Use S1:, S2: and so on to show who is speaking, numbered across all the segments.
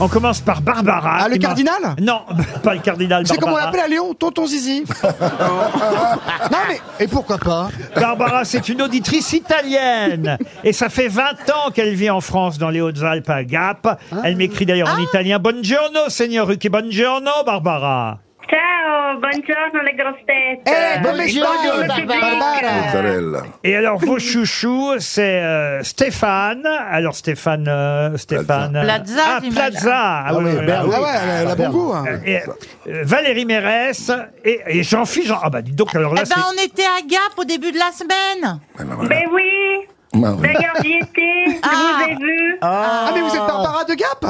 S1: On commence par Barbara.
S2: Ah, le
S1: qui m'a-
S2: cardinal
S1: Non, pas le cardinal.
S2: C'est comme on
S1: Barbara.
S2: l'appelle à Léon, tonton Zizi. non mais, et pourquoi pas
S1: Barbara, c'est une auditrice italienne. Et ça fait 20 ans qu'elle vit en France, dans les Hautes-Alpes, à Gap.
S2: Ah.
S1: Elle m'écrit d'ailleurs en italien Buongiorno, Seigneur Ruki. Buongiorno, Barbara.
S3: Ciao, buongiorno le grosses têtes.
S2: Eh, come
S3: Buongiorno,
S2: stai,
S3: le public.
S4: Ah.
S2: Barbara
S5: Mozzarella.
S1: Et alors, vos chouchous, c'est euh, Stéphane. Alors, Stéphane. euh, Stéphane.
S4: Plaza,
S1: Ah,
S4: j'imagine.
S1: Plaza. Ah, oui, oui, oui,
S2: Ah
S1: oui.
S2: ouais, elle a bon goût. hein.
S1: Et, euh, Valérie Mérès et, et Jean-Philippe. Jean- Ah, bah, dis donc, alors là,
S4: Eh ben,
S1: c'est-
S4: on était à Gap au début de la semaine.
S3: Ben oui,
S5: Ma-
S3: d'ailleurs j'y étais, je
S4: Ah.
S3: vous ai vu.
S2: Ah mais vous êtes Barbara de Gap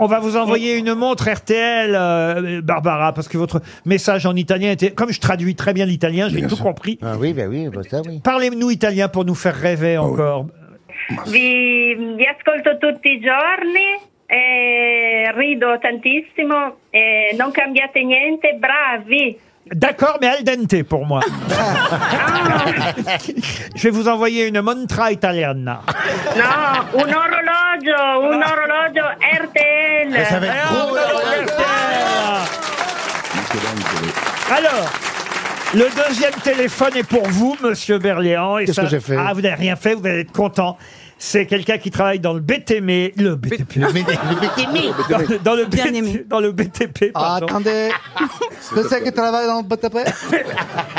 S1: On va vous envoyer une montre RTL, euh, Barbara, parce que votre message en italien était. Comme je traduis très bien l'italien, j'ai
S5: Bien
S1: tout
S5: sûr.
S1: compris.
S6: Ah oui, ben oui, bah ça oui. Ah
S1: Parlez-nous italien pour nous faire rêver encore.
S3: Vi, vi ascolto tutti i giorni, e rido tantissimo, e non cambiate niente, bravi.
S1: D'accord, mais al dente pour moi. je vais vous envoyer une montra italiana.
S3: No, un orologio, un orologio RTL.
S1: Alors. Le deuxième téléphone est pour vous, Monsieur Berléand. et
S6: Qu'est-ce
S1: ça-
S6: que j'ai fait
S1: Ah, vous n'avez rien fait, vous allez être content. C'est quelqu'un qui travaille dans le BTM, E, le BTP, dans, E. dans le
S4: Bien
S1: BT
S4: aimé.
S1: dans le BTP, E,
S6: Ah,
S1: pardon.
S2: Attendez, c'est ça qui travaille dans le BTP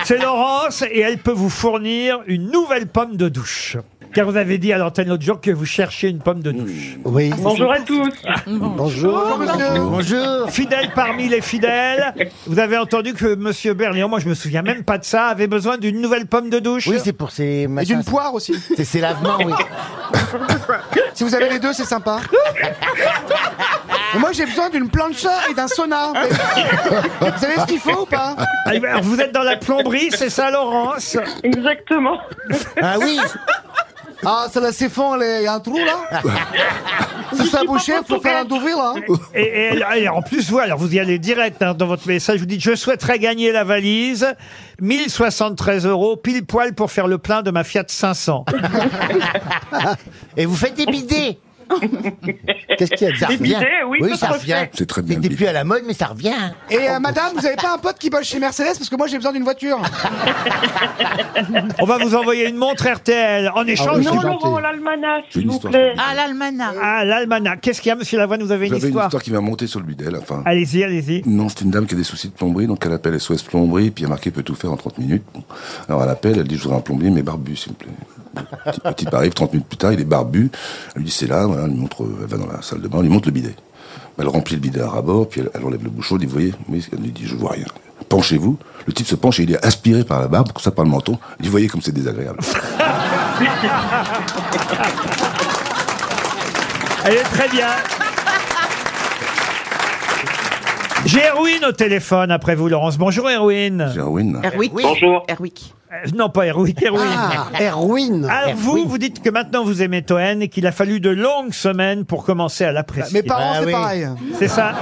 S1: C'est Laurence et elle peut vous fournir une nouvelle pomme de douche. Car vous avez dit à l'antenne l'autre jour que vous cherchiez une pomme de douche.
S6: Oui.
S3: Bonjour à tous.
S6: Bonjour.
S2: Bonjour Ah, monsieur
S6: Bonjour.
S1: Fidèle parmi les fidèles, vous avez entendu que Monsieur Berléand, moi je me souviens même pas de ça, avait besoin d'une nouvelle pomme de douche.
S6: Oui, c'est pour ces
S2: Et
S6: machins.
S2: d'une poire aussi.
S6: C'est ces lavements, oui.
S2: Si vous avez les deux, c'est sympa. Et moi, j'ai besoin d'une plancha et d'un sauna. Vous savez ce qu'il faut ou pas
S1: Ah, eh ben, alors, vous êtes dans la plomberie, c'est ça Laurence
S3: Exactement.
S6: Ah oui.
S2: Ah, c'est la siphon, il y a un trou là C'est ça bouché, faut faire un d'ouvrir là.
S1: Et, et elle- elle- en plus, vous, alors vous y allez direct hein, dans votre message, vous dites Je souhaiterais gagner la valise, 1073 euros, pile poil pour faire le plein de ma Fiat 500.
S6: Et vous faites des bidets. Qu'est-ce qu'il y a ça revient.
S3: bidets, oui, tout
S6: ça
S3: à
S6: revient.
S3: fait.
S5: C'est très bien,
S6: C'était
S5: le
S6: plus à la mode, mais ça revient.
S2: Et euh, madame, vous avez pas un pote qui bosse chez Mercedes parce que moi j'ai besoin d'une voiture.
S1: On va vous envoyer une montre RTL en échange.
S6: Non,
S3: Laurent, l'almanach,
S5: C'est
S3: s'il
S5: une
S3: vous
S5: histoire.
S3: plaît.
S4: À l'Almanach.
S1: Ah, l'almanach. Qu'est-ce qu'il y a, monsieur Lavoine Vous avez une
S5: J'avais une
S1: histoire, Ah.
S5: histoire qui m'a monté sur le bidel. Enfin,
S1: Allez-y, allez-y.
S5: non, c'est une dame qui a des soucis de plomberie, donc elle appelle SOS Plomberie, puis il y a marqué peut tout faire en 30 minutes. Bon. Alors elle appelle, elle dit je voudrais un plombier, mais barbu, s'il vous plaît. Le petit- petit arrive, 30 minutes plus tard, il est barbu. Elle lui dit c'est là, voilà, elle, lui montre, euh, elle va dans la salle de bain, elle lui montre le bidet. Elle remplit le bidet à ras bord, puis elle, elle enlève le bouchon, elle dit vous voyez, oui, elle lui dit je vois rien. Penchez-vous. Le type se penche et il est aspiré par la barbe, comme ça par le menton. Il dit vous voyez comme c'est désagréable.
S1: Elle est très bien. J'ai Erwin au téléphone après vous, Laurence. Bonjour, Erwin.
S5: Gerwin.
S7: Erwick.
S6: Bonjour.
S7: Erwick.
S1: Euh, non, pas Erwin. Erwin.
S6: Ah, Erwin.
S1: Alors, vous, vous dites que maintenant vous aimez Toen et qu'il a fallu de longues semaines pour commencer à l'apprécier.
S2: Bah, Mes parents,
S6: Ah
S2: c'est
S6: oui.
S2: pareil.
S1: C'est ça.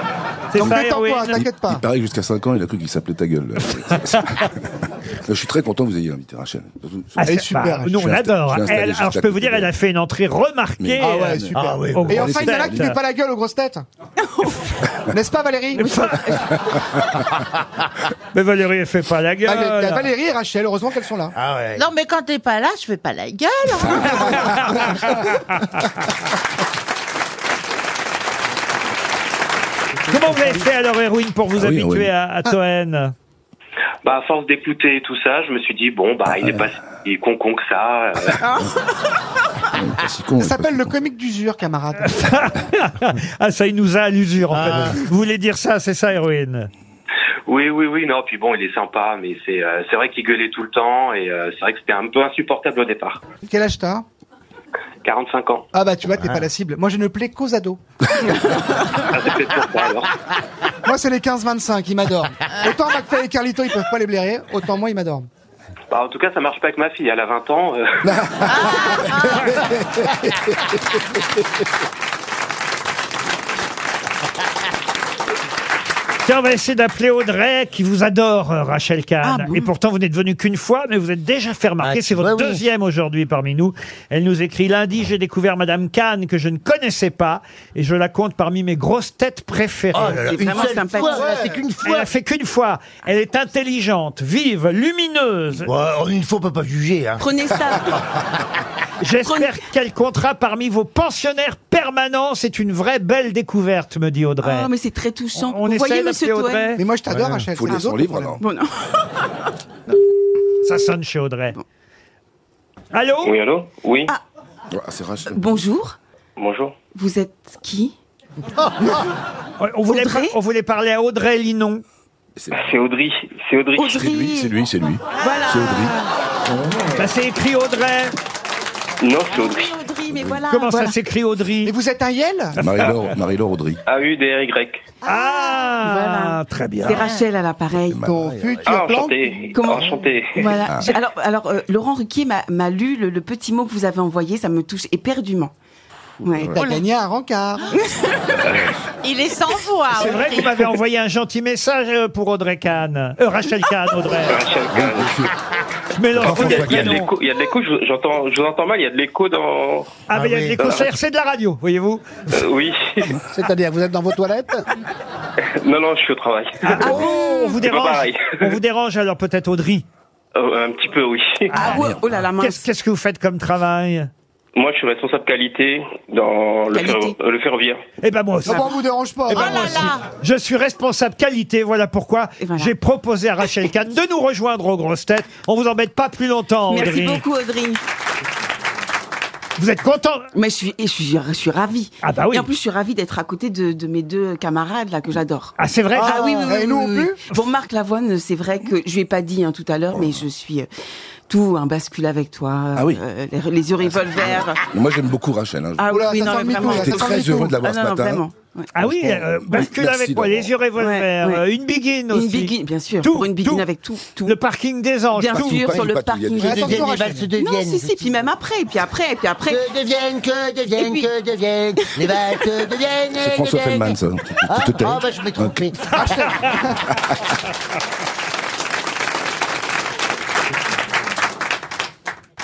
S1: C'est
S2: Donc
S1: ça,
S2: détends-toi,
S1: Erwin.
S2: t'inquiète pas.
S5: Il paraît que jusqu'à 5 ans, il a cru qu'il s'appelait ta gueule. je suis très content que vous ayez invité Rachel. Surtout- surtout-
S1: Ah, c'est-
S2: Elle est super.
S1: bah, nous, on
S5: Je l'ai insta-
S1: l'adore.
S5: je l'ai installé
S1: Elle-
S5: juste
S1: alors, je
S5: à
S1: peux
S5: côté
S1: vous dire,
S5: d'elle.
S1: elle a fait une entrée remarquée.
S5: Mais-
S2: Ah
S1: euh,
S2: ouais, super.
S6: Ah oui.
S1: au
S2: Et
S1: grand
S2: enfin, il y en a qui ne
S1: spectacle.
S2: pas la gueule aux grosses têtes. N'est-ce pas Valérie
S1: Mais Valérie, elle fait pas la gueule.
S2: Valé- Bah, Valérie et Rachel, heureusement qu'elles sont là.
S6: Ah ouais.
S4: Non, mais quand t'es pas là, je fais pas la gueule. hein.
S1: Ah.
S7: Ah,
S1: Comment vous avez fait alors, Erwin, pour vous
S5: Ah oui,
S1: habituer
S5: Erwin.
S1: à, à Toen
S8: Bah, à force d'écouter tout ça, je me suis dit, bon, bah, il n'est pas si con con que ça. euh.
S5: Elle est pas si con, elle
S2: Ça
S5: est pas
S2: s'appelle
S5: si
S2: le
S5: con.
S2: comique d'usure, camarade.
S1: Ah, ça, il nous a à l'usure, en
S2: Ah.
S1: fait. Vous voulez dire ça, c'est ça, Erwin
S8: Oui, oui, oui, non, puis bon, il est sympa, mais c'est euh, c'est vrai qu'il gueulait tout le temps, et euh, c'est vrai que c'était un peu insupportable au départ.
S2: Quel âge t'as
S8: 45 ans.
S2: Ah bah tu vois, t'es pas la cible. Moi, je ne plais qu'aux ados.
S8: Ah, c'est peut-être pour ça, alors.
S2: Moi, c'est les 15-25, ils m'adorent. Autant McFly et Carlito, ils peuvent pas les blairer, autant moi, ils m'adorent.
S8: Bah, en tout cas, ça marche pas avec ma fille, elle a 20 ans. euh.
S1: Tiens, on va essayer d'appeler Audrey, qui vous adore, euh, Rachel Kahn.
S4: Ah bon
S1: Et pourtant, vous n'êtes venu qu'une fois, mais vous êtes déjà fait remarquer.
S6: Ah,
S1: C'est votre
S6: bah oui.
S1: deuxième aujourd'hui parmi nous. Elle nous écrit lundi, j'ai découvert Madame Kahn que je ne connaissais pas, et je la compte parmi mes grosses têtes préférées.
S6: Oh là là,
S4: C'est
S6: une
S4: vraiment
S6: seule
S4: sympathique.
S6: fois, c'est qu'une
S1: Elle
S6: fois.
S1: a fait qu'une fois. Elle est intelligente, vive, lumineuse.
S6: Ouais, en une fois, on peut pas juger. Hein.
S7: Prenez ça.
S1: J'espère qu'elle comptera parmi vos pensionnaires permanents. C'est une vraie belle découverte, me dit Audrey.
S4: Ah,
S7: Oh, mais c'est très touchant.
S1: On
S7: Vous
S1: essaie
S7: voyez,
S1: d'appeler
S7: monsieur Toen
S1: Audrey.
S2: Mais moi, je t'adore, Rachel.
S5: Faut
S2: c'est un
S5: lire son
S2: autre
S5: livre
S2: problème.
S5: alors.
S7: Bon, non.
S1: Ça sonne chez Audrey. Allô
S8: Oui, allô Oui,
S5: Ah, c'est Rachel.
S7: Bonjour.
S8: bonjour.
S7: Vous êtes qui
S1: on, voulait
S7: Audrey
S1: par- on voulait parler à Audrey Linon.
S8: C'est Audrey. C'est Audrey.
S5: C'est lui, c'est
S7: Audrey.
S5: lui, c'est lui. C'est Audrey.
S1: Bah, c'est écrit Audrey.
S8: Non, c'est Audrey.
S4: Oui, Audrey, mais voilà.
S1: Comment
S4: voilà.
S1: ça s'écrit
S2: Mais
S1: Audrey
S2: vous êtes un Yel
S5: Marie-Laure Marie-Laure Audrey.
S8: A-U-D-R-Y.
S1: Ah,
S7: Voilà.
S1: très bien.
S7: C'est Rachel à l'appareil.
S2: Ton
S8: Ah,
S2: futur plan
S8: enchanté.
S7: Comment
S8: Enchanté.
S7: Voilà. J'ai- Alors, alors euh, Laurent Ruquier m'a m'a lu le, le petit mot que vous avez envoyé, ça me touche éperdument. Ouais.
S2: T'as gagné un rencard.
S4: Il est sans voix.
S1: C'est vrai que vous m'avez envoyé un gentil message euh, pour Audrey Kahn. Euh, Rachel Kahn, Audrey.
S8: Rachel Kahn.
S1: Mais non,
S8: Il y a- il y a de l'écho- il y a de l'écho, je- j'entends, je vous entends mal, il y a de l'écho dans...
S1: Ah, mais il y a de
S6: Ah oui.
S1: l'écho, c'est- c'est de la radio, voyez-vous.
S8: Euh, oui.
S6: C'est-à-dire, vous êtes dans vos toilettes
S8: Non, non, je suis au travail.
S7: Ah.
S1: Oh, on vous
S8: C'est pas
S1: dérange.
S8: pareil.
S1: On vous dérange alors peut-être Audrey.
S8: Euh, un petit peu, oui.
S7: Ah, ouais, oh là là,
S1: Qu'est-ce
S7: mince.
S1: qu'est-ce que vous faites comme travail
S8: Moi, je suis responsable qualité dans le,
S7: Qualité.
S8: ferro- euh, le ferroviaire.
S1: Eh ben moi aussi.
S2: Non, Ah bon, on vous dérange pas. hein.
S1: Eh ben,
S4: Oh
S1: moi
S4: là
S1: aussi.
S4: là.
S1: Je suis responsable qualité, voilà pourquoi
S7: Et voilà.
S1: j'ai proposé à Rachel Kahn de nous rejoindre aux grosses têtes. On vous embête pas plus longtemps, Audrey.
S7: Merci beaucoup, Audrey.
S1: Vous êtes content
S7: Mais je suis, et je suis, je suis ravie.
S1: Ah bah oui.
S7: Et en plus, je suis ravie d'être à côté de, de mes deux camarades là que j'adore.
S1: Ah, c'est vrai
S7: Ah oui, oui, oui.
S2: et nous, on
S7: oui, oui. Bon, Marc Lavoine, c'est vrai que je lui ai pas dit hein, tout à l'heure, mais je suis euh, tout un bascule avec toi.
S5: Ah oui.
S7: euh, les, les yeux revolver.
S5: Mais moi, j'aime beaucoup Rachel. hein.
S7: Ah oui,
S2: Oula,
S7: oui,
S2: ça
S7: non,
S2: sent
S7: mais
S2: le mytho,
S7: vraiment.
S2: là, ça
S5: J'étais
S2: sent
S5: très
S2: le mytho.
S5: heureux de l'avoir
S7: Ah
S5: ce
S7: non, non,
S5: matin.
S7: vraiment. Ouais.
S1: Ah oui, euh, bascule
S5: Merci
S1: avec moi,
S5: d'avoir-
S1: les yeux revolver,
S7: Ouais, ouais.
S1: euh, une begin
S7: Une
S1: aussi.
S7: biguine, bien sûr.
S1: Tout,
S7: pour une biguine
S1: tout.
S7: avec tout, tout.
S1: Le parking des anges.
S7: bien
S1: partout.
S7: sûr,
S5: pas,
S7: sur
S5: il
S7: le
S5: passe tout, il y a
S7: parking.
S5: des-
S7: des-
S2: Attention,
S6: Deviennent, les
S2: Rachel.
S6: valses deviennent.
S7: Non, si, si, puis même après, et puis après, et puis après.
S6: Que deviennent, que
S7: Et
S6: deviennent,
S7: puis-
S6: que deviennent. Les valses deviennent. Ah, oh, bah,
S5: C'est François
S1: Ah
S6: deviennent.
S5: Feldman, ça. Tu- tu-
S6: Ah,
S5: tu te tais.
S6: ah, bah, je me trompais.